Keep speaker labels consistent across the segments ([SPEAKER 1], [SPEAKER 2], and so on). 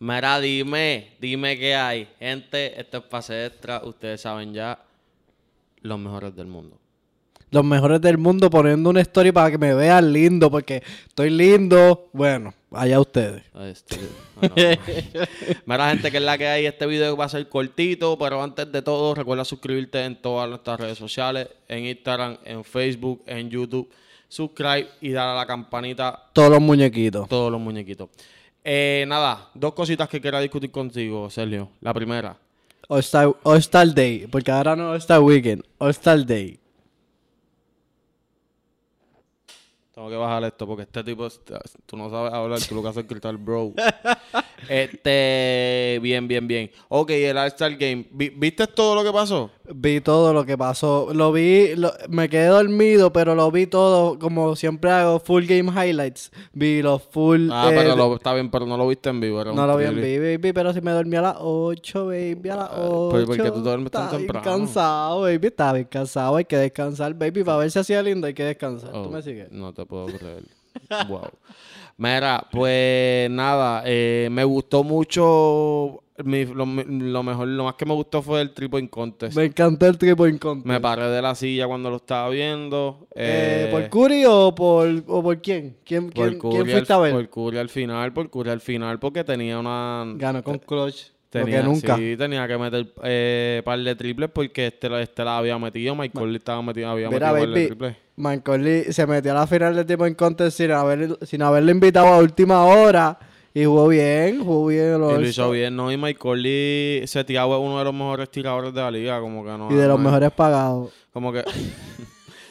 [SPEAKER 1] Mira, dime, dime qué hay. Gente, esto es Pase Extra. Ustedes saben ya, los mejores del mundo.
[SPEAKER 2] Los mejores del mundo poniendo una story para que me vean lindo, porque estoy lindo. Bueno, allá ustedes.
[SPEAKER 1] Este, bueno, Mira, gente, que es la que hay. Este video va a ser cortito, pero antes de todo, recuerda suscribirte en todas nuestras redes sociales: en Instagram, en Facebook, en YouTube. Subscribe y dale a la campanita
[SPEAKER 2] Todos los muñequitos.
[SPEAKER 1] Todos los muñequitos. Eh, nada, dos cositas que quería discutir contigo, Sergio. La primera,
[SPEAKER 2] All Star, All Star Day, porque ahora no All Star Weekend, All Star Day.
[SPEAKER 1] tengo que bajar esto porque este tipo, está- tú no sabes hablar, tú lo que haces es gritar, bro. este, bien, bien, bien. Ok, el All-Star Game. Vi- ¿Viste todo lo que pasó?
[SPEAKER 2] Vi todo lo que pasó. Lo vi, lo- me quedé dormido, pero lo vi todo. Como siempre hago full game highlights. Vi los full.
[SPEAKER 1] Ah,
[SPEAKER 2] eh,
[SPEAKER 1] pero lo, está bien, pero no lo viste en vivo. Era un
[SPEAKER 2] No lo vi en
[SPEAKER 1] thriller.
[SPEAKER 2] vivo, baby, pero si me dormí a las 8, baby, a las
[SPEAKER 1] Ah,
[SPEAKER 2] 8.
[SPEAKER 1] pero ¿por qué tú duermes tan
[SPEAKER 2] Estaba bien
[SPEAKER 1] temprano?
[SPEAKER 2] cansado, baby, estaba bien cansado. Hay que descansar, baby, para ver si hacía lindo. Hay que descansar.
[SPEAKER 1] Oh,
[SPEAKER 2] ¿Tú me sigues?
[SPEAKER 1] No te puedo creer. wow. Mira, pues nada, eh, me gustó mucho. mi- lo, lo mejor, lo más que me gustó fue el triple in contest.
[SPEAKER 2] Me encantó el triple en contra.
[SPEAKER 1] Me paré de la silla cuando lo estaba viendo.
[SPEAKER 2] Eh,
[SPEAKER 1] eh,
[SPEAKER 2] ¿Por Curry o por, o por quién? ¿Quién,
[SPEAKER 1] por
[SPEAKER 2] quién,
[SPEAKER 1] Curry
[SPEAKER 2] quién
[SPEAKER 1] al-
[SPEAKER 2] fuiste a ver?
[SPEAKER 1] Por Curry al final, por Curry al final, porque tenía una.
[SPEAKER 2] Ganó con Clutch.
[SPEAKER 1] Tenía,
[SPEAKER 2] porque nunca.
[SPEAKER 1] Sí, tenía que meter eh, par de triples porque este, la- este la había metido. Michael estaba metido, había metido
[SPEAKER 2] Mira,
[SPEAKER 1] par de
[SPEAKER 2] baby,
[SPEAKER 1] triples.
[SPEAKER 2] Mancorley se metió a la final del tiempo en contest sin, haber, sin haberle invitado a última hora. Y jugó bien, jugó bien.
[SPEAKER 1] Y
[SPEAKER 2] Los
[SPEAKER 1] lo hizo bien, ¿no? Y Michael Lee se tiraba uno de los mejores tiradores de la liga, como que no.
[SPEAKER 2] Y de los
[SPEAKER 1] no-
[SPEAKER 2] mejores pagados.
[SPEAKER 1] Como que.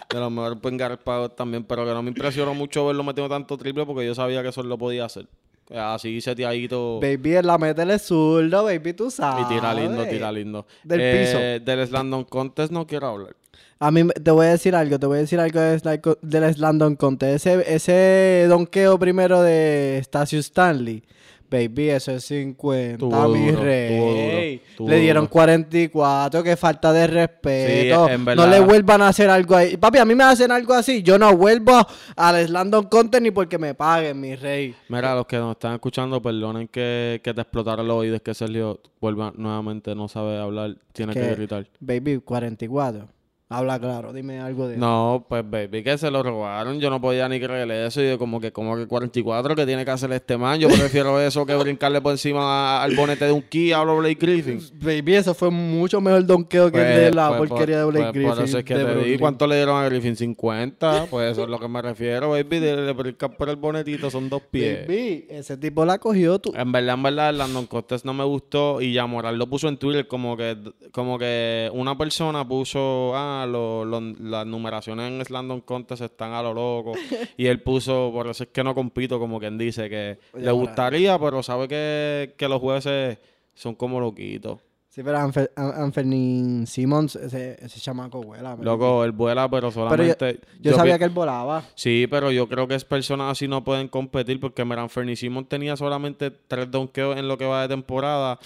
[SPEAKER 1] de los mejores engarpados también, pero que no me impresionó mucho verlo metiendo tanto triple porque yo sabía que eso él lo podía hacer. Así seteadito.
[SPEAKER 2] Baby, en la meta es zurdo, baby, tú sabes.
[SPEAKER 1] Y tira lindo, tira lindo.
[SPEAKER 2] ah, Del
[SPEAKER 1] Eh, Del Slandon Contest no quiero hablar.
[SPEAKER 2] A mí me- te voy a decir algo, te voy a decir algo de Sly Co- del Slandon Conte. Ese, ese donqueo primero de Stasius Stanley. Baby, eso es 50,
[SPEAKER 1] Estuvo
[SPEAKER 2] mi
[SPEAKER 1] duro,
[SPEAKER 2] rey.
[SPEAKER 1] estuvo duro, estuvo
[SPEAKER 2] le dieron
[SPEAKER 1] duro.
[SPEAKER 2] 44, que falta de respeto.
[SPEAKER 1] Sí, en
[SPEAKER 2] no
[SPEAKER 1] verdad.
[SPEAKER 2] le vuelvan a hacer algo ahí. Papi, a mí me hacen algo así. Yo no vuelvo al Slandon Conte ni porque me paguen, mi rey.
[SPEAKER 1] Mira, los que nos están escuchando, perdonen que, que te explotaron los oídos, que Sergio vuelva nuevamente, no sabe hablar, tiene que
[SPEAKER 2] Que-
[SPEAKER 1] gritar.
[SPEAKER 2] Baby, 44. Habla claro, dime algo de eso.
[SPEAKER 1] No, pues baby, que se lo robaron. Yo no podía ni creer eso. Y yo como que, como que 44 que tiene que hacer este man. Yo prefiero eso que brincarle por encima al bonete de un Kia o lo Blake Griffin.
[SPEAKER 2] Baby, eso fue mucho mejor donqueo que el de
[SPEAKER 1] Pues-
[SPEAKER 2] Pues, la
[SPEAKER 1] pues-
[SPEAKER 2] porquería
[SPEAKER 1] pues-
[SPEAKER 2] de Blake
[SPEAKER 1] pues
[SPEAKER 2] Griffin.
[SPEAKER 1] Por eso es que
[SPEAKER 2] de
[SPEAKER 1] te di.
[SPEAKER 2] Brooklyn.
[SPEAKER 1] ¿Cuánto le dieron a Griffin? 50. Pues eso es lo que me refiero, baby. De, de brincar por el bonetito son dos pies. Ah.
[SPEAKER 2] Baby, ese tipo la cogió tú.
[SPEAKER 1] En verdad, en verdad, el Landon Cortés no me gustó y ya Moral lo puso en Twitter como que, como que una persona puso, ah, lo- lo- las numeraciones en Landon Cortés están a lo loco y él puso, por eso es que no compito, como quien dice, que
[SPEAKER 2] Oye, eh.
[SPEAKER 1] le
[SPEAKER 2] Moral.
[SPEAKER 1] gustaría, pero sabe que, que los jueces son como loquitos.
[SPEAKER 2] Sí, pero Anfer- An- Anfernin Simmons, ese, ese chamaco vuela. baby.
[SPEAKER 1] Loco, él vuela, pero
[SPEAKER 2] Pero yo,
[SPEAKER 1] solamente...
[SPEAKER 2] yo sabía
[SPEAKER 1] pi-
[SPEAKER 2] que él volaba.
[SPEAKER 1] Sí, pero yo creo que es personas así no pueden competir porque Meran Simon tenía solamente tres donkeos en lo que va de temporada.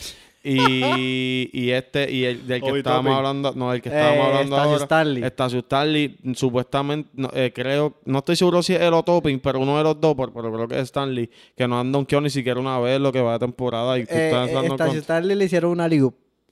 [SPEAKER 1] Y, y este, y el del que
[SPEAKER 2] Obi
[SPEAKER 1] estábamos
[SPEAKER 2] Toppin.
[SPEAKER 1] hablando, no, del que
[SPEAKER 2] Eh,
[SPEAKER 1] estábamos hablando
[SPEAKER 2] Stasius
[SPEAKER 1] ahora.
[SPEAKER 2] Stanley.
[SPEAKER 1] Stasius Stanley, supuestamente, no, eh, creo, no estoy seguro si es el Topping, pero uno de los dos, pero, pero creo que es Stanley, que no han donkeado ni siquiera una vez en lo que va de temporada. Y tú
[SPEAKER 2] Eh,
[SPEAKER 1] estás
[SPEAKER 2] eh,
[SPEAKER 1] dando
[SPEAKER 2] Stasius Stanley le hicieron una liga.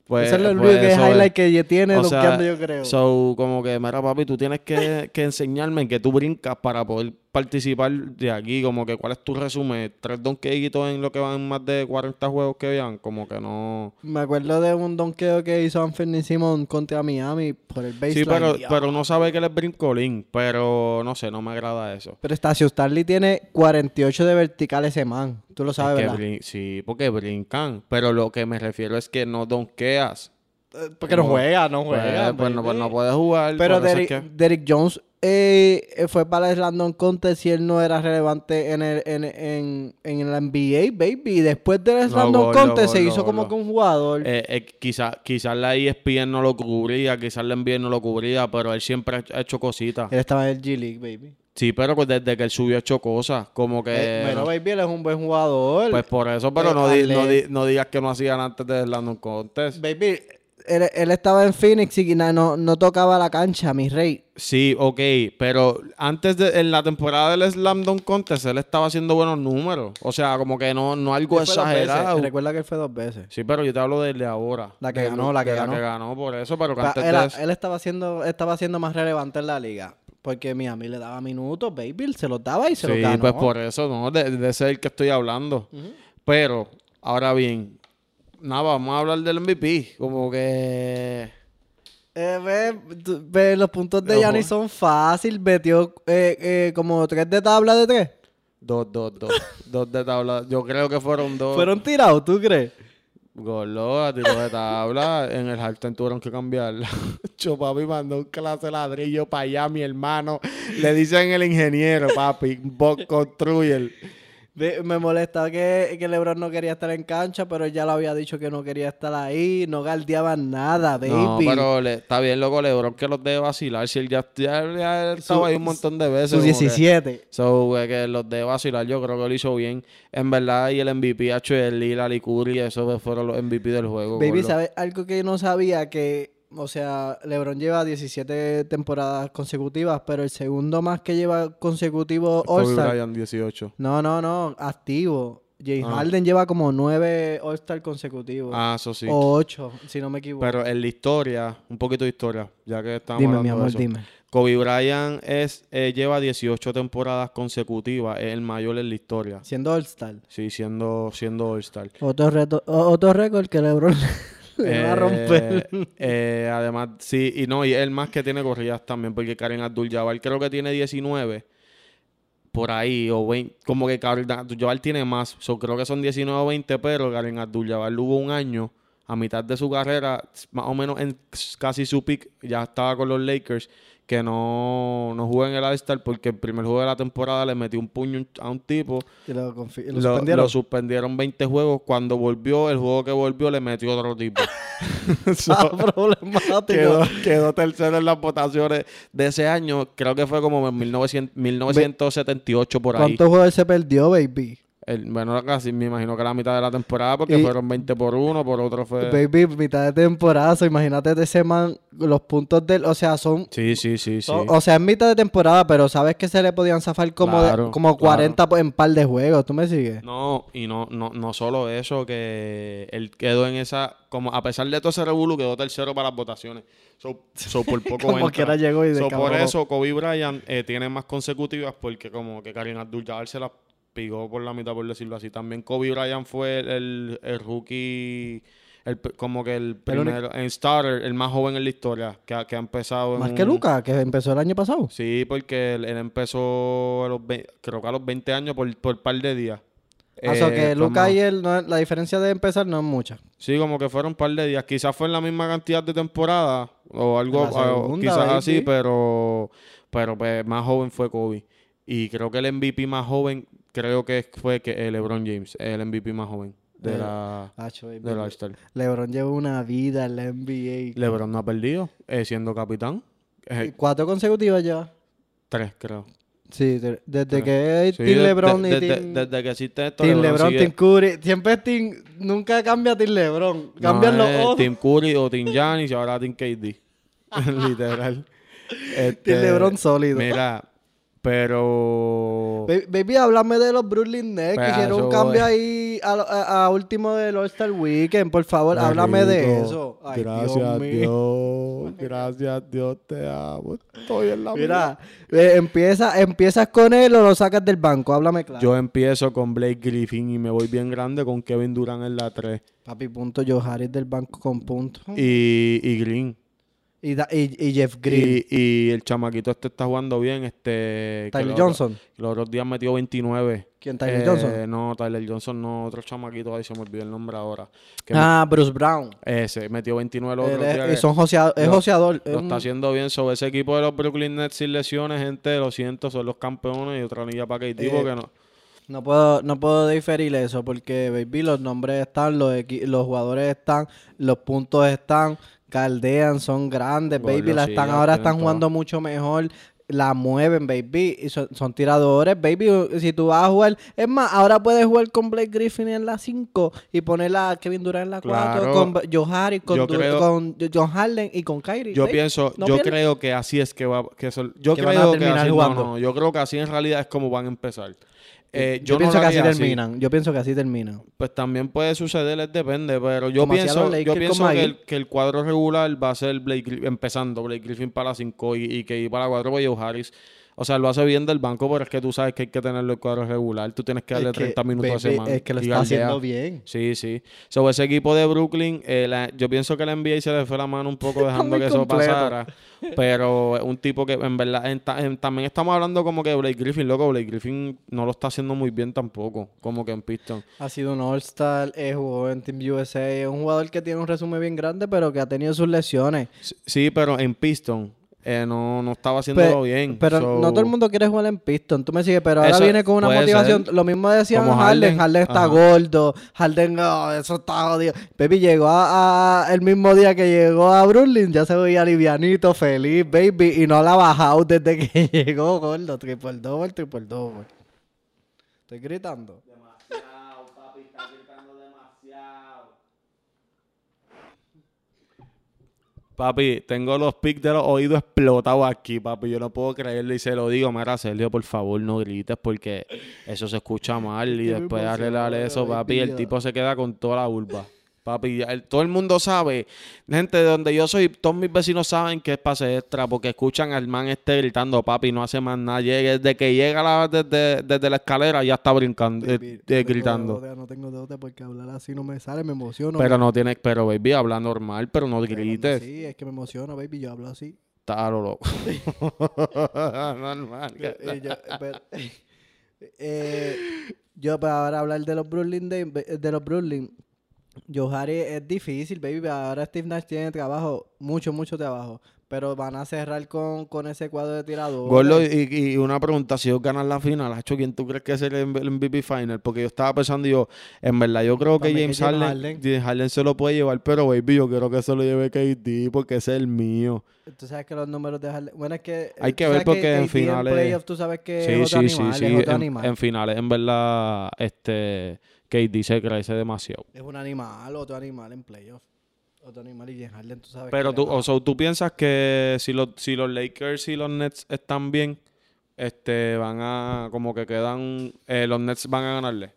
[SPEAKER 1] Pues-
[SPEAKER 2] ese es el
[SPEAKER 1] pues
[SPEAKER 2] único que
[SPEAKER 1] eso es.
[SPEAKER 2] highlight que ya tiene
[SPEAKER 1] O sea,
[SPEAKER 2] donkeando, yo creo.
[SPEAKER 1] So, como que, mira, papi, tú tienes que, que enseñarme en qué tú brincas para poder participar de aquí. Como que, ¿cuál es tu resumen? ¿Tres donkeitos en lo que van más de 40 juegos que vean? Como que no...
[SPEAKER 2] Me acuerdo de un donqueo que hizo Anfernin Simmons contra Miami por el baseline.
[SPEAKER 1] Sí, pero,
[SPEAKER 2] ya.
[SPEAKER 1] pero uno sabe que él es brincolín, pero no sé, no me agrada eso.
[SPEAKER 2] Pero Stasius Stanley tiene 48 de vertical ese man. Tú lo sabes,
[SPEAKER 1] Es que
[SPEAKER 2] ¿verdad?
[SPEAKER 1] brin- sí, porque brincan, pero lo que me refiero es que no donkeas.
[SPEAKER 2] Eh, Porque no
[SPEAKER 1] no-
[SPEAKER 2] juega, no
[SPEAKER 1] Pues,
[SPEAKER 2] juega.
[SPEAKER 1] pues no, pues
[SPEAKER 2] baby.
[SPEAKER 1] no puedes jugar.
[SPEAKER 2] Pero
[SPEAKER 1] por eso es
[SPEAKER 2] Derrick,
[SPEAKER 1] que-
[SPEAKER 2] Derrick Jones eh, eh, fue para el Landon Contest y él no era relevante en el, en, en, en el NBA, baby. Y después del
[SPEAKER 1] No,
[SPEAKER 2] Landon
[SPEAKER 1] gordo,
[SPEAKER 2] Contest se
[SPEAKER 1] gordo,
[SPEAKER 2] hizo como
[SPEAKER 1] gordo.
[SPEAKER 2] que un jugador.
[SPEAKER 1] Eh, eh, quizá- Quizás la E ESPN no lo cubría, quizás la NBA no lo cubría, pero él siempre ha hecho- ha hecho cositas.
[SPEAKER 2] él estaba en el G-League, baby.
[SPEAKER 1] Sí, pero pues desde que él subió ha hecho cosas, como que...
[SPEAKER 2] Eh, bueno,
[SPEAKER 1] no-
[SPEAKER 2] baby, él es un buen jugador.
[SPEAKER 1] pues por eso, pero
[SPEAKER 2] eh,
[SPEAKER 1] no, di- no
[SPEAKER 2] Ale-
[SPEAKER 1] pues. di- no digas que no hacían antes de Landon Contest.
[SPEAKER 2] baby, él, él estaba en Phoenix y na- no, no tocaba la cancha, mi rey.
[SPEAKER 1] Sí, ok, pero antes de en la temporada del Slam Dunk Contest él estaba haciendo buenos números. O sea, como que no, no algo
[SPEAKER 2] Él fue dos veces,
[SPEAKER 1] exagerado.
[SPEAKER 2] Recuerda que él fue dos veces.
[SPEAKER 1] Sí, pero yo te hablo desde ahora.
[SPEAKER 2] La que
[SPEAKER 1] Del-
[SPEAKER 2] ganó, la que
[SPEAKER 1] de
[SPEAKER 2] ganó.
[SPEAKER 1] La que ganó por eso, pero que
[SPEAKER 2] Pa-
[SPEAKER 1] antes
[SPEAKER 2] él,
[SPEAKER 1] de eso-
[SPEAKER 2] él estaba siendo estaba siendo más relevante en la liga. Porque Miami le daba minutos, baby, él se los daba y se los
[SPEAKER 1] Sí,
[SPEAKER 2] ganó.
[SPEAKER 1] pues por eso, ¿no? De, de ese el que estoy hablando. Pero, ahora bien, nada, vamos a hablar del MVP. Como que...
[SPEAKER 2] Eh, ve, tú- ve, los puntos de
[SPEAKER 1] Ojo.
[SPEAKER 2] Giannis son fácil. Metió eh, eh, como tres de tabla de tres.
[SPEAKER 1] Dos, dos, dos. dos de tabla. Yo creo que fueron dos.
[SPEAKER 2] Fueron tirados, ¿tú crees?
[SPEAKER 1] Gordo, a tiro de tabla. en el halftime tuvieron que cambiarla. Yo, papi, mandó un clase de ladrillo para allá, mi hermano. Le dicen el ingeniero, papi. Bob Construyer.
[SPEAKER 2] Ve, me molestaba que, que LeBron no quería estar en cancha, pero él ya lo había dicho que no quería estar ahí. No galdeaban nada, baby.
[SPEAKER 1] No, pero le- está bien, loco, Lebron que los debe vacilar. Si él ya, ya, ya estaba ahí un montón de veces.
[SPEAKER 2] Sus
[SPEAKER 1] como que-
[SPEAKER 2] 17.
[SPEAKER 1] So, güey, que los de vacilar, yo creo que lo hizo bien. En verdad, y el MVP, H. el Lila y Curry, esos fueron los MVP del juego.
[SPEAKER 2] Baby,
[SPEAKER 1] gordo.
[SPEAKER 2] ¿sabes algo que yo no sabía? Que, o sea, LeBron lleva 17 temporadas consecutivas, pero el segundo más que lleva consecutivo
[SPEAKER 1] Kobe
[SPEAKER 2] All-Star.
[SPEAKER 1] Bryant, 18.
[SPEAKER 2] No, no, no, activo. James
[SPEAKER 1] Ah.
[SPEAKER 2] Harden lleva como 9 All-Star consecutivos.
[SPEAKER 1] Ah, eso sí.
[SPEAKER 2] O 8, si no me equivoco.
[SPEAKER 1] Pero en la historia, un poquito de historia, ya que estamos
[SPEAKER 2] dime,
[SPEAKER 1] hablando
[SPEAKER 2] mi
[SPEAKER 1] de
[SPEAKER 2] amor,
[SPEAKER 1] eso.
[SPEAKER 2] dime.
[SPEAKER 1] Kobe Bryant es, eh, lleva 18 temporadas consecutivas, es el mayor en la historia.
[SPEAKER 2] Siendo All-Star.
[SPEAKER 1] Sí, siendo, siendo All-Star.
[SPEAKER 2] Otro, reto, o- otro récord que LeBron le va a
[SPEAKER 1] Eh,
[SPEAKER 2] romper.
[SPEAKER 1] eh, además, sí, y no, y él más que tiene corridas también, porque Karen Abdul-Jabbar creo que tiene 19 por ahí, o 20, como que Karen Abdul-Jabbar tiene más, so, creo que son 19 o 20, pero Karen Abdul-Jabbar hubo un año a mitad de su carrera, más o menos en casi su pick, ya estaba con los Lakers, que no, no jugó en el All-Star porque el primer juego de la temporada le metió un puño a un tipo
[SPEAKER 2] Y lo, confi- lo
[SPEAKER 1] lo,
[SPEAKER 2] suspendieron.
[SPEAKER 1] lo suspendieron 20 juegos. Cuando volvió, el juego que volvió le metió otro tipo. So,
[SPEAKER 2] Ah, problemático.
[SPEAKER 1] quedó, quedó tercero en las votaciones de ese año. Creo que fue como en 1900 1978 por ahí.
[SPEAKER 2] ¿Cuántos juegos él se perdió, baby?
[SPEAKER 1] El, bueno, casi me imagino que la mitad de la temporada porque
[SPEAKER 2] Y-
[SPEAKER 1] fueron 20 por uno, por otro fue...
[SPEAKER 2] Baby, mitad de temporada, so, imagínate de ese man, los puntos del, o sea, son,
[SPEAKER 1] Sí, sí, sí, sí.
[SPEAKER 2] son- o sea, es mitad de temporada, pero sabes que se le podían zafar como de-
[SPEAKER 1] Claro,
[SPEAKER 2] como 40 po- en par de juegos, ¿tú me sigues?
[SPEAKER 1] No, y no, no, no solo eso, que él quedó en esa, como a pesar de todo ese revuelo, quedó tercero para las votaciones. So, so por poco
[SPEAKER 2] Como
[SPEAKER 1] entra.
[SPEAKER 2] quiera llegó y de
[SPEAKER 1] So, por
[SPEAKER 2] cabrón.
[SPEAKER 1] eso Kobe Bryant eh, tiene más consecutivas porque como que Karim Abdul-Jabbar se las pigó por la mitad, por decirlo así. También Kobe Bryant fue el, el- el rookie, el p- como que el
[SPEAKER 2] El único-
[SPEAKER 1] primero, en starter, el más joven en la historia, que, ha- que ha empezado en
[SPEAKER 2] Más que
[SPEAKER 1] un-
[SPEAKER 2] Luca, que empezó el año pasado.
[SPEAKER 1] Sí, porque él, él empezó, a los ve- creo que a los 20 años por, por par de días.
[SPEAKER 2] Ah, O sea,
[SPEAKER 1] Eh,
[SPEAKER 2] que
[SPEAKER 1] fue
[SPEAKER 2] Luca
[SPEAKER 1] más-
[SPEAKER 2] y él, no- la diferencia de empezar no es mucha.
[SPEAKER 1] Sí, como que fueron un par de días. Quizás fue en la misma cantidad de temporada o algo, ah,
[SPEAKER 2] En la
[SPEAKER 1] o
[SPEAKER 2] segunda,
[SPEAKER 1] quizás
[SPEAKER 2] baby.
[SPEAKER 1] así, pero, pero pues, más joven fue Kobe. Y creo que el MVP más joven, creo que fue que eh, LeBron James, el MVP más joven de
[SPEAKER 2] Eh,
[SPEAKER 1] la,
[SPEAKER 2] Acho, baby.
[SPEAKER 1] de la All-Star.
[SPEAKER 2] LeBron lleva una vida en la NBA.
[SPEAKER 1] LeBron no ha perdido, eh, siendo capitán. Eh,
[SPEAKER 2] Cuatro consecutivas ya.
[SPEAKER 1] tres, creo.
[SPEAKER 2] Sí, de- desde
[SPEAKER 1] Tres.
[SPEAKER 2] que es
[SPEAKER 1] Sí,
[SPEAKER 2] Team
[SPEAKER 1] de-
[SPEAKER 2] LeBron
[SPEAKER 1] de-
[SPEAKER 2] y
[SPEAKER 1] de- de-
[SPEAKER 2] Team-
[SPEAKER 1] desde que existe esto,
[SPEAKER 2] Team
[SPEAKER 1] LeBron
[SPEAKER 2] LeBron,
[SPEAKER 1] sigue-
[SPEAKER 2] Team Curry. Siempre es Team. Nunca cambia Team LeBron.
[SPEAKER 1] No, eh,
[SPEAKER 2] Cambian los
[SPEAKER 1] es
[SPEAKER 2] otros.
[SPEAKER 1] Team Curry o Team Giannis y ahora Team KD. Literal. Este,
[SPEAKER 2] Team LeBron sólido.
[SPEAKER 1] Mira, pero...
[SPEAKER 2] Ba- Baby, háblame de los Brooklyn Nets que
[SPEAKER 1] Pues,
[SPEAKER 2] hicieron
[SPEAKER 1] eso
[SPEAKER 2] un cambio
[SPEAKER 1] voy.
[SPEAKER 2] ahí a, lo- a- a último del All-Star Weekend. Por favor,
[SPEAKER 1] Qué
[SPEAKER 2] háblame de
[SPEAKER 1] rico.
[SPEAKER 2] eso. Ay,
[SPEAKER 1] gracias
[SPEAKER 2] Dios mío.
[SPEAKER 1] Dios, gracias Dios, te amo. Estoy en la
[SPEAKER 2] Mira, eh, empieza, empiezas con él o lo sacas del banco. Háblame claro.
[SPEAKER 1] Yo empiezo con Blake Griffin y me voy bien grande con Kevin Durant en la 3
[SPEAKER 2] Papi, punto. Joe Harris del banco con punto. Y,
[SPEAKER 1] y, y Green.
[SPEAKER 2] da- y- y Jeff Green.
[SPEAKER 1] Y, y el chamaquito este está jugando bien. Este, que
[SPEAKER 2] Tyler
[SPEAKER 1] los-
[SPEAKER 2] Johnson.
[SPEAKER 1] Los otros días metió 29.
[SPEAKER 2] ¿Quién, Tyler
[SPEAKER 1] Eh,
[SPEAKER 2] Johnson?
[SPEAKER 1] No, Tyler Johnson no, otro chamaquito, ahí se me olvidó el nombre ahora. Que
[SPEAKER 2] Ah, Bruce Brown.
[SPEAKER 1] me- ese, Eh, metió 29 los
[SPEAKER 2] Él
[SPEAKER 1] otros
[SPEAKER 2] es-
[SPEAKER 1] días.
[SPEAKER 2] y
[SPEAKER 1] que-
[SPEAKER 2] son josea- es
[SPEAKER 1] lo-
[SPEAKER 2] joseador. es
[SPEAKER 1] Lo está
[SPEAKER 2] un-
[SPEAKER 1] haciendo bien sobre ese equipo de los Brooklyn Nets sin lesiones, gente. Lo siento, son los campeones y otra anilla para que
[SPEAKER 2] Eh,
[SPEAKER 1] tipo que no.
[SPEAKER 2] No puedo, no puedo diferir eso porque, baby, los nombres están, los, equi- los jugadores están, los puntos están, caldean, son grandes,
[SPEAKER 1] Gordo,
[SPEAKER 2] baby, la
[SPEAKER 1] sí,
[SPEAKER 2] están,
[SPEAKER 1] la
[SPEAKER 2] ahora
[SPEAKER 1] tienen
[SPEAKER 2] están
[SPEAKER 1] toda.
[SPEAKER 2] jugando mucho mejor. la mueven, baby. Y son, son tiradores, baby. Si tú vas a jugar. Es más, ahora puedes jugar con Blake Griffin en la 5 y poner a Kevin Durant en la 4,
[SPEAKER 1] Claro.
[SPEAKER 2] con Joe Harris, con,
[SPEAKER 1] Yo
[SPEAKER 2] Du-
[SPEAKER 1] creo-
[SPEAKER 2] con John Harden y con Kyrie.
[SPEAKER 1] Yo
[SPEAKER 2] baby.
[SPEAKER 1] pienso,
[SPEAKER 2] No
[SPEAKER 1] yo
[SPEAKER 2] pierden.
[SPEAKER 1] creo que así es que va. Que eso- yo
[SPEAKER 2] Que van a
[SPEAKER 1] creo que
[SPEAKER 2] terminar
[SPEAKER 1] así, no,
[SPEAKER 2] jugando.
[SPEAKER 1] no, yo creo que así en realidad es como van a empezar. Eh, yo,
[SPEAKER 2] Yo
[SPEAKER 1] no
[SPEAKER 2] pienso
[SPEAKER 1] lo
[SPEAKER 2] que así
[SPEAKER 1] haría
[SPEAKER 2] terminan. Yo pienso que así terminan.
[SPEAKER 1] Pues también puede suceder, es depende, pero yo
[SPEAKER 2] Como hacían
[SPEAKER 1] pienso,
[SPEAKER 2] los
[SPEAKER 1] yo
[SPEAKER 2] Lakers
[SPEAKER 1] pienso
[SPEAKER 2] con
[SPEAKER 1] que
[SPEAKER 2] Magic.
[SPEAKER 1] el, que el cuadro regular va a ser Blake Gri- empezando Blake Griffin para 5 y, y que para 4 Joe Harris. O sea, lo hace bien del banco, pero es que tú sabes que hay que tenerlo el cuadro regular. Tú tienes que darle
[SPEAKER 2] Es que,
[SPEAKER 1] 30 minutos a
[SPEAKER 2] baby,
[SPEAKER 1] semana.
[SPEAKER 2] Es que lo está haciendo bien.
[SPEAKER 1] Sí, sí. Sobre ese equipo de Brooklyn, eh, la- yo pienso que la NBA se le fue la mano un poco dejando
[SPEAKER 2] muy
[SPEAKER 1] que eso
[SPEAKER 2] completo.
[SPEAKER 1] pasara. Pero es un tipo que, en verdad, en ta- en- también estamos hablando como que Blake Griffin, loco, Blake Griffin no lo está haciendo muy bien tampoco, como que en Pistons.
[SPEAKER 2] Ha sido un All-Star, eh, jugó en Team USA. Es un jugador que tiene un resumen bien grande, pero que ha tenido sus lesiones.
[SPEAKER 1] Sí, Sí, pero en Pistons eh, no, no estaba haciéndolo
[SPEAKER 2] Pero,
[SPEAKER 1] bien.
[SPEAKER 2] pero
[SPEAKER 1] So,
[SPEAKER 2] no todo el mundo quiere jugar en piston, tú me sigues, pero ahora
[SPEAKER 1] Eso
[SPEAKER 2] viene con una
[SPEAKER 1] puede
[SPEAKER 2] motivación.
[SPEAKER 1] ser.
[SPEAKER 2] Lo mismo decían
[SPEAKER 1] Como
[SPEAKER 2] Harden,
[SPEAKER 1] Harden.
[SPEAKER 2] Harden está
[SPEAKER 1] Ajá.
[SPEAKER 2] gordo, Harden, oh, eso está jodido. Baby llegó a, a- el mismo día que llegó a Brooklyn, ya se veía livianito, feliz, baby, y no la ha bajado desde que llegó gordo, triple double, triple double. Estoy gritando.
[SPEAKER 1] Papi, tengo los pics de los oídos explotados aquí, papi. Yo no puedo creerlo y se lo digo. Mira, Sergio, por favor, no grites porque eso se escucha mal y
[SPEAKER 2] que me
[SPEAKER 1] después de
[SPEAKER 2] emociona,
[SPEAKER 1] arreglar eso,
[SPEAKER 2] baby,
[SPEAKER 1] papi, el
[SPEAKER 2] ya.
[SPEAKER 1] tipo se queda con toda la vulva. Papi, ya el- todo el mundo sabe, gente, de donde yo soy, todos mis vecinos saben que es pase extra porque escuchan al man este gritando, papi, no hace más nada. Llega- Desde que llega la- desde, desde la escalera ya está brincando, eh,
[SPEAKER 2] Baby,
[SPEAKER 1] eh,
[SPEAKER 2] no tengo
[SPEAKER 1] gritando.
[SPEAKER 2] deuda, no tengo deuda porque hablar así no me sale, me emociono.
[SPEAKER 1] Pero no tienes, pero baby, habla normal, pero no
[SPEAKER 2] Estoy hablando
[SPEAKER 1] grites.
[SPEAKER 2] así, es que me emociono, baby, yo hablo así.
[SPEAKER 1] Está a lo loco. normal.
[SPEAKER 2] Yo- eh, yo, pero- eh, yo, para ahora hablar de los Brooklyn de, de los Brooklyn Joe Harris es difícil baby ahora Steve Nash tiene trabajo mucho mucho trabajo pero van a cerrar con, con ese cuadro de tiradores
[SPEAKER 1] Gordo, y, y una pregunta, si ellos ganan la final, Hacho, ¿quién tú crees que es el M- el MVP final? Porque yo estaba pensando, y yo, en verdad, yo creo que
[SPEAKER 2] Para mí que
[SPEAKER 1] James
[SPEAKER 2] James
[SPEAKER 1] Harden,
[SPEAKER 2] Harden.
[SPEAKER 1] James Harden se lo puede llevar, pero baby, yo quiero que se lo lleve KD porque ese es el mío.
[SPEAKER 2] tú sabes que los números de Harden bueno es que eh,
[SPEAKER 1] Hay que
[SPEAKER 2] tú
[SPEAKER 1] ver
[SPEAKER 2] sabes
[SPEAKER 1] porque en
[SPEAKER 2] KD
[SPEAKER 1] finales-
[SPEAKER 2] playoff, tú sabes que
[SPEAKER 1] Sí,
[SPEAKER 2] es otro
[SPEAKER 1] sí,
[SPEAKER 2] animal,
[SPEAKER 1] sí, sí.
[SPEAKER 2] es otro
[SPEAKER 1] En,
[SPEAKER 2] animal
[SPEAKER 1] en finales, en verdad, este, KD se crece demasiado.
[SPEAKER 2] es un animal otro animal en playoff otro animal y James Harden tú sabes
[SPEAKER 1] Pero
[SPEAKER 2] que
[SPEAKER 1] tú,
[SPEAKER 2] le
[SPEAKER 1] o sea, tú piensas que si los, si los Lakers y los Nets están bien, este, van a, como que quedan, eh, los Nets van a ganarle.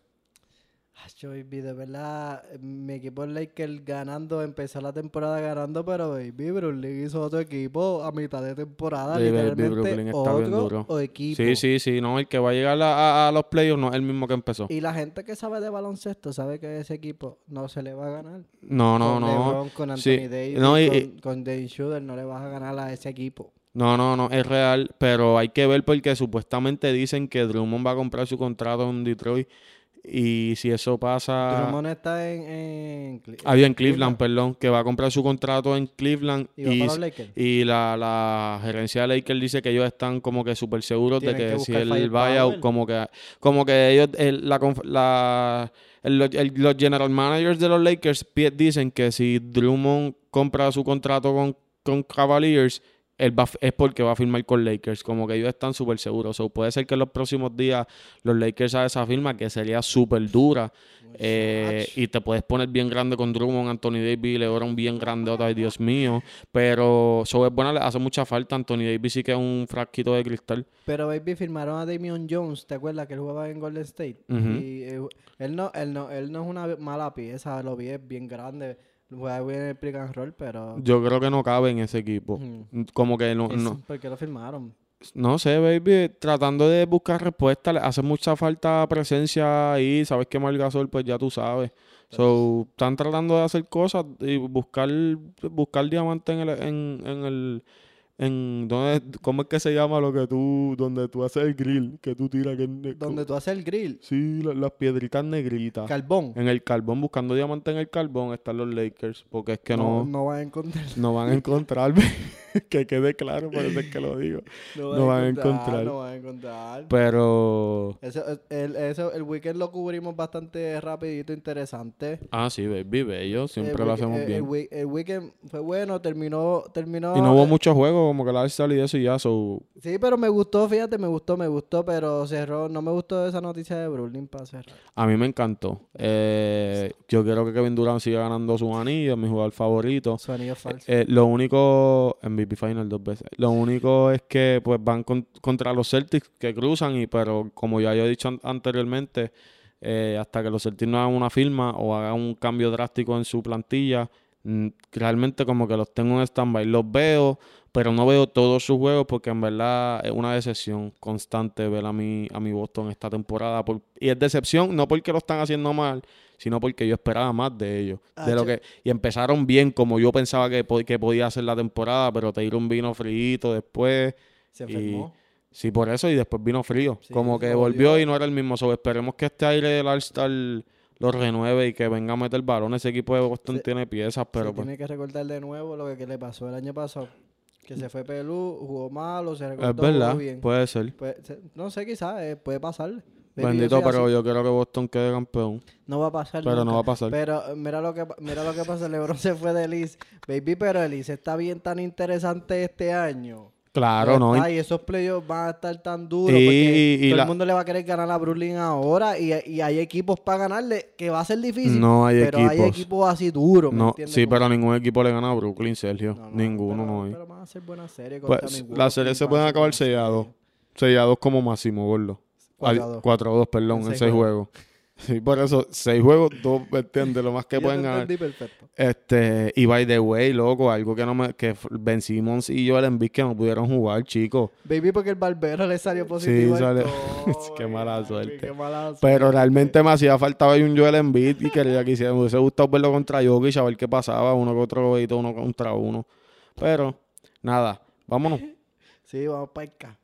[SPEAKER 2] Acho, baby, de verdad, mi equipo es Lakers ganando, empezó la temporada ganando, pero baby, Brooklyn hizo otro equipo a mitad de temporada,
[SPEAKER 1] Sí, baby,
[SPEAKER 2] literalmente
[SPEAKER 1] Brooklyn está bien
[SPEAKER 2] otro
[SPEAKER 1] duro.
[SPEAKER 2] o equipo.
[SPEAKER 1] Sí, sí, sí, no, el que va a llegar a, a- a los playoffs no es el mismo que empezó.
[SPEAKER 2] Y la gente que sabe de baloncesto sabe que ese equipo no se le va a ganar.
[SPEAKER 1] No, no,
[SPEAKER 2] con
[SPEAKER 1] no.
[SPEAKER 2] pues LeBron, con Anthony
[SPEAKER 1] Sí,
[SPEAKER 2] Davis,
[SPEAKER 1] no, y- y-
[SPEAKER 2] con, con Dave Shooter, no le vas a ganar a ese equipo.
[SPEAKER 1] No, no, no, es real, pero hay que ver porque supuestamente dicen que Drummond va a comprar su contrato en Detroit y si eso pasa...
[SPEAKER 2] Drummond está en... en Cle-
[SPEAKER 1] Había en Cleveland, perdón, que va a comprar su contrato en Cleveland
[SPEAKER 2] Y va
[SPEAKER 1] y,
[SPEAKER 2] para los Lakers.
[SPEAKER 1] y la, la gerencia de Lakers dice que ellos están como que súper seguros de
[SPEAKER 2] Tienen
[SPEAKER 1] que,
[SPEAKER 2] que
[SPEAKER 1] si
[SPEAKER 2] buscar
[SPEAKER 1] él
[SPEAKER 2] firepower.
[SPEAKER 1] vaya, o como que, como que ellos, el- la, conf- la- el- los- el- los general managers de los Lakers pi- dicen que si Drummond compra su contrato con, con Cavaliers, él va, a f- es porque va a firmar con Lakers, como que ellos están súper seguros. O puede ser que en los próximos días los Lakers a esa firma que sería súper dura. Eh, y te puedes poner bien grande con Drummond, Anthony Davis, LeBron bien grande otra vez, Dios mío. Pero sobre buena le hace mucha falta. Anthony Davis sí que es un frasquito de cristal.
[SPEAKER 2] Pero baby firmaron a Damian Jones, ¿te acuerdas que él jugaba en Golden State?
[SPEAKER 1] Ujú.
[SPEAKER 2] Y eh, él no, él no, él no es una mala pieza, lo vi es bien grande, juega bien en el pick and roll, pero
[SPEAKER 1] Yo creo que no cabe en ese equipo.
[SPEAKER 2] Ujú.
[SPEAKER 1] Mm. Como que no,
[SPEAKER 2] es-
[SPEAKER 1] no,
[SPEAKER 2] ¿por qué lo firmaron?
[SPEAKER 1] no sé, baby. Tratando de buscar respuestas, le hace mucha falta presencia ahí. Sabes que Margasol, pues ya tú sabes. So, están tratando de hacer cosas y buscar, buscar diamante en el, en, en el, en ¿dónde- ¿cómo es que se llama lo que tú, donde tú haces el grill, que tú tiras que es ne-
[SPEAKER 2] Donde tú haces el grill,
[SPEAKER 1] Sí, la- las piedritas negritas.
[SPEAKER 2] carbón,
[SPEAKER 1] en el carbón, buscando diamante en el carbón, están los Lakers, porque es que no, no,
[SPEAKER 2] no, no vas a encontrar.
[SPEAKER 1] van a encontrarme. que quede claro, por eso es que lo digo.
[SPEAKER 2] No,
[SPEAKER 1] No van a encontrar.
[SPEAKER 2] No van a encontrar.
[SPEAKER 1] Pero.
[SPEAKER 2] Eso, es- el, eso, el weekend lo cubrimos bastante rapidito, interesante.
[SPEAKER 1] Ah, sí, baby, bello. Siempre
[SPEAKER 2] El
[SPEAKER 1] lo
[SPEAKER 2] week- eh,
[SPEAKER 1] hacemos
[SPEAKER 2] el-
[SPEAKER 1] bien.
[SPEAKER 2] El, week- el weekend fue bueno, terminó, terminó.
[SPEAKER 1] Y no hubo
[SPEAKER 2] eh,
[SPEAKER 1] muchos juegos, como que la Arsenal y eso y ya, so...
[SPEAKER 2] Sí, pero me gustó, fíjate, me gustó, me gustó, pero cerró. No me gustó esa noticia de Brooklyn para cerrar.
[SPEAKER 1] A mí me encantó. Eh, yo quiero que Kevin Durant siga ganando su anillo, mi jugador favorito.
[SPEAKER 2] Su anillo falso.
[SPEAKER 1] Eh, lo único, MVP Final dos veces, lo único es que pues van con- contra los Celtics que cruzan, y pero como ya yo he dicho an- anteriormente, eh, hasta que los Celtics no hagan una firma o hagan un cambio drástico en su plantilla, mm, realmente como que los tengo en stand-by, los veo, pero no veo todos sus juegos porque en verdad es una decepción constante ver a mi, a mi Boston esta temporada. por- y es decepción no porque lo están haciendo mal, sino porque yo esperaba más de ellos.
[SPEAKER 2] Ah,
[SPEAKER 1] de lo
[SPEAKER 2] che-
[SPEAKER 1] que, y empezaron bien como yo pensaba que, po- que podía hacer la temporada, pero te un vino frío después.
[SPEAKER 2] Se
[SPEAKER 1] eh, y-
[SPEAKER 2] enfermó.
[SPEAKER 1] Sí, por eso, y después vino frío.
[SPEAKER 2] Sí,
[SPEAKER 1] como
[SPEAKER 2] se
[SPEAKER 1] que
[SPEAKER 2] lo
[SPEAKER 1] volvió
[SPEAKER 2] dio.
[SPEAKER 1] y no era el mismo. So, esperemos que este aire del All-Star lo renueve y que venga a meter balón. Ese equipo de Boston
[SPEAKER 2] Se-
[SPEAKER 1] tiene piezas, pero
[SPEAKER 2] se
[SPEAKER 1] pues,
[SPEAKER 2] tiene que recordar de nuevo lo que, que le pasó el año pasado. Que se fue Pelú, jugó malo, se recortó,
[SPEAKER 1] es
[SPEAKER 2] jugó
[SPEAKER 1] verdad,
[SPEAKER 2] bien.
[SPEAKER 1] puede ser.
[SPEAKER 2] Pues, se- no sé, quizás, eh, puede pasar. Baby, yo
[SPEAKER 1] Bendito,
[SPEAKER 2] soy
[SPEAKER 1] pero
[SPEAKER 2] así.
[SPEAKER 1] yo quiero que Boston quede campeón.
[SPEAKER 2] No va a pasar
[SPEAKER 1] Pero no
[SPEAKER 2] nunca.
[SPEAKER 1] va a pasar.
[SPEAKER 2] Pero eh, mira lo que pa- mira lo que pasa, LeBron se fue de Liz. Baby, pero Liz está bien tan interesante este año.
[SPEAKER 1] Claro, no.
[SPEAKER 2] Ay, esos playoffs van a estar tan duros
[SPEAKER 1] Y-
[SPEAKER 2] porque
[SPEAKER 1] y
[SPEAKER 2] todo
[SPEAKER 1] la-
[SPEAKER 2] el mundo le va a querer ganar a Brooklyn ahora y, y hay equipos para ganarle que va a ser difícil.
[SPEAKER 1] No hay
[SPEAKER 2] pero hay
[SPEAKER 1] equipos.
[SPEAKER 2] equipos así duros, ¿me
[SPEAKER 1] No,
[SPEAKER 2] entiendes?
[SPEAKER 1] sí,
[SPEAKER 2] Como-
[SPEAKER 1] pero ningún equipo le gana a Brooklyn, Sergio.
[SPEAKER 2] No, no,
[SPEAKER 1] Ninguno
[SPEAKER 2] pero-
[SPEAKER 1] no hay.
[SPEAKER 2] Pero van a ser buenas series. contra
[SPEAKER 1] Pues
[SPEAKER 2] Milwaukee,
[SPEAKER 1] las series se
[SPEAKER 2] van a
[SPEAKER 1] pueden
[SPEAKER 2] ser
[SPEAKER 1] acabar
[SPEAKER 2] buenas series.
[SPEAKER 1] sellados. Sellados como máximo, gordo.
[SPEAKER 2] Cuatro a dos.
[SPEAKER 1] 4-2, perdón, en 6 juegos. Sí, por eso, 6 juegos, 2, ¿entiendes? Lo más que
[SPEAKER 2] Yo te
[SPEAKER 1] pueden ganar.
[SPEAKER 2] entendí perfecto.
[SPEAKER 1] Este, y by the way, loco, algo que no me, que f- Ben Simmons y yo Embiid que no pudieron jugar, chicos.
[SPEAKER 2] Baby, porque el barbero le salió positivo. al
[SPEAKER 1] sale-
[SPEAKER 2] COVID,
[SPEAKER 1] Qué mala
[SPEAKER 2] baby,
[SPEAKER 1] suerte.
[SPEAKER 2] Qué mala suerte.
[SPEAKER 1] Pero realmente me hacía falta ver un Joel Embiid y quería que hiciera- me hubiese gustado verlo contra Jokic, a ver qué pasaba, uno con otro, y todo uno contra uno. Pero, nada, vámonos.
[SPEAKER 2] Sí, vamos para el K.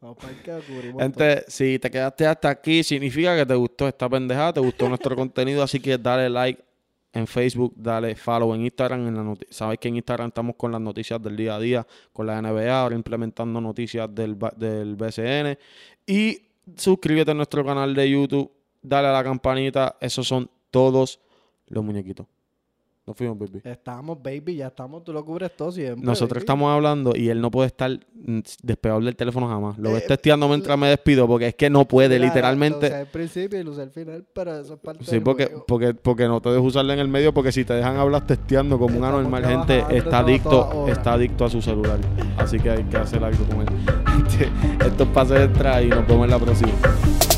[SPEAKER 2] Vamos para el K, cubrimos todo.
[SPEAKER 1] Gente, si te quedaste hasta aquí, significa que te gustó esta pendejada, te gustó nuestro contenido, así que dale like en Facebook, dale follow en Instagram. En la noti- Sabes que en Instagram estamos con las noticias del día a día, con la NBA, ahora implementando noticias del, ba- del BCN. Y suscríbete a nuestro canal de YouTube, dale a la campanita. Esos son todos los muñequitos. Nos fuimos, baby.
[SPEAKER 2] Estamos, baby, ya estamos. Tú lo cubres todo siempre.
[SPEAKER 1] Nosotros
[SPEAKER 2] baby.
[SPEAKER 1] estamos hablando y él no puede estar mm, despegado del teléfono jamás. Lo ves
[SPEAKER 2] Eh,
[SPEAKER 1] testeando mientras me despido porque es que no puede,
[SPEAKER 2] Mira,
[SPEAKER 1] literalmente.
[SPEAKER 2] Lo usé al principio y lo usé al final, pero eso es parte
[SPEAKER 1] Sí,
[SPEAKER 2] del
[SPEAKER 1] porque,
[SPEAKER 2] juego.
[SPEAKER 1] porque, porque no te dejes usarla en el medio, porque si te dejan hablar testeando como un
[SPEAKER 2] Estamos
[SPEAKER 1] anormal, gente,
[SPEAKER 2] trabajando
[SPEAKER 1] está
[SPEAKER 2] toda- toda
[SPEAKER 1] adicto,
[SPEAKER 2] hora.
[SPEAKER 1] está adicto a su celular. Así que hay que hacer algo con él. Este, Esto es pase de entrada y nos vemos en la próxima.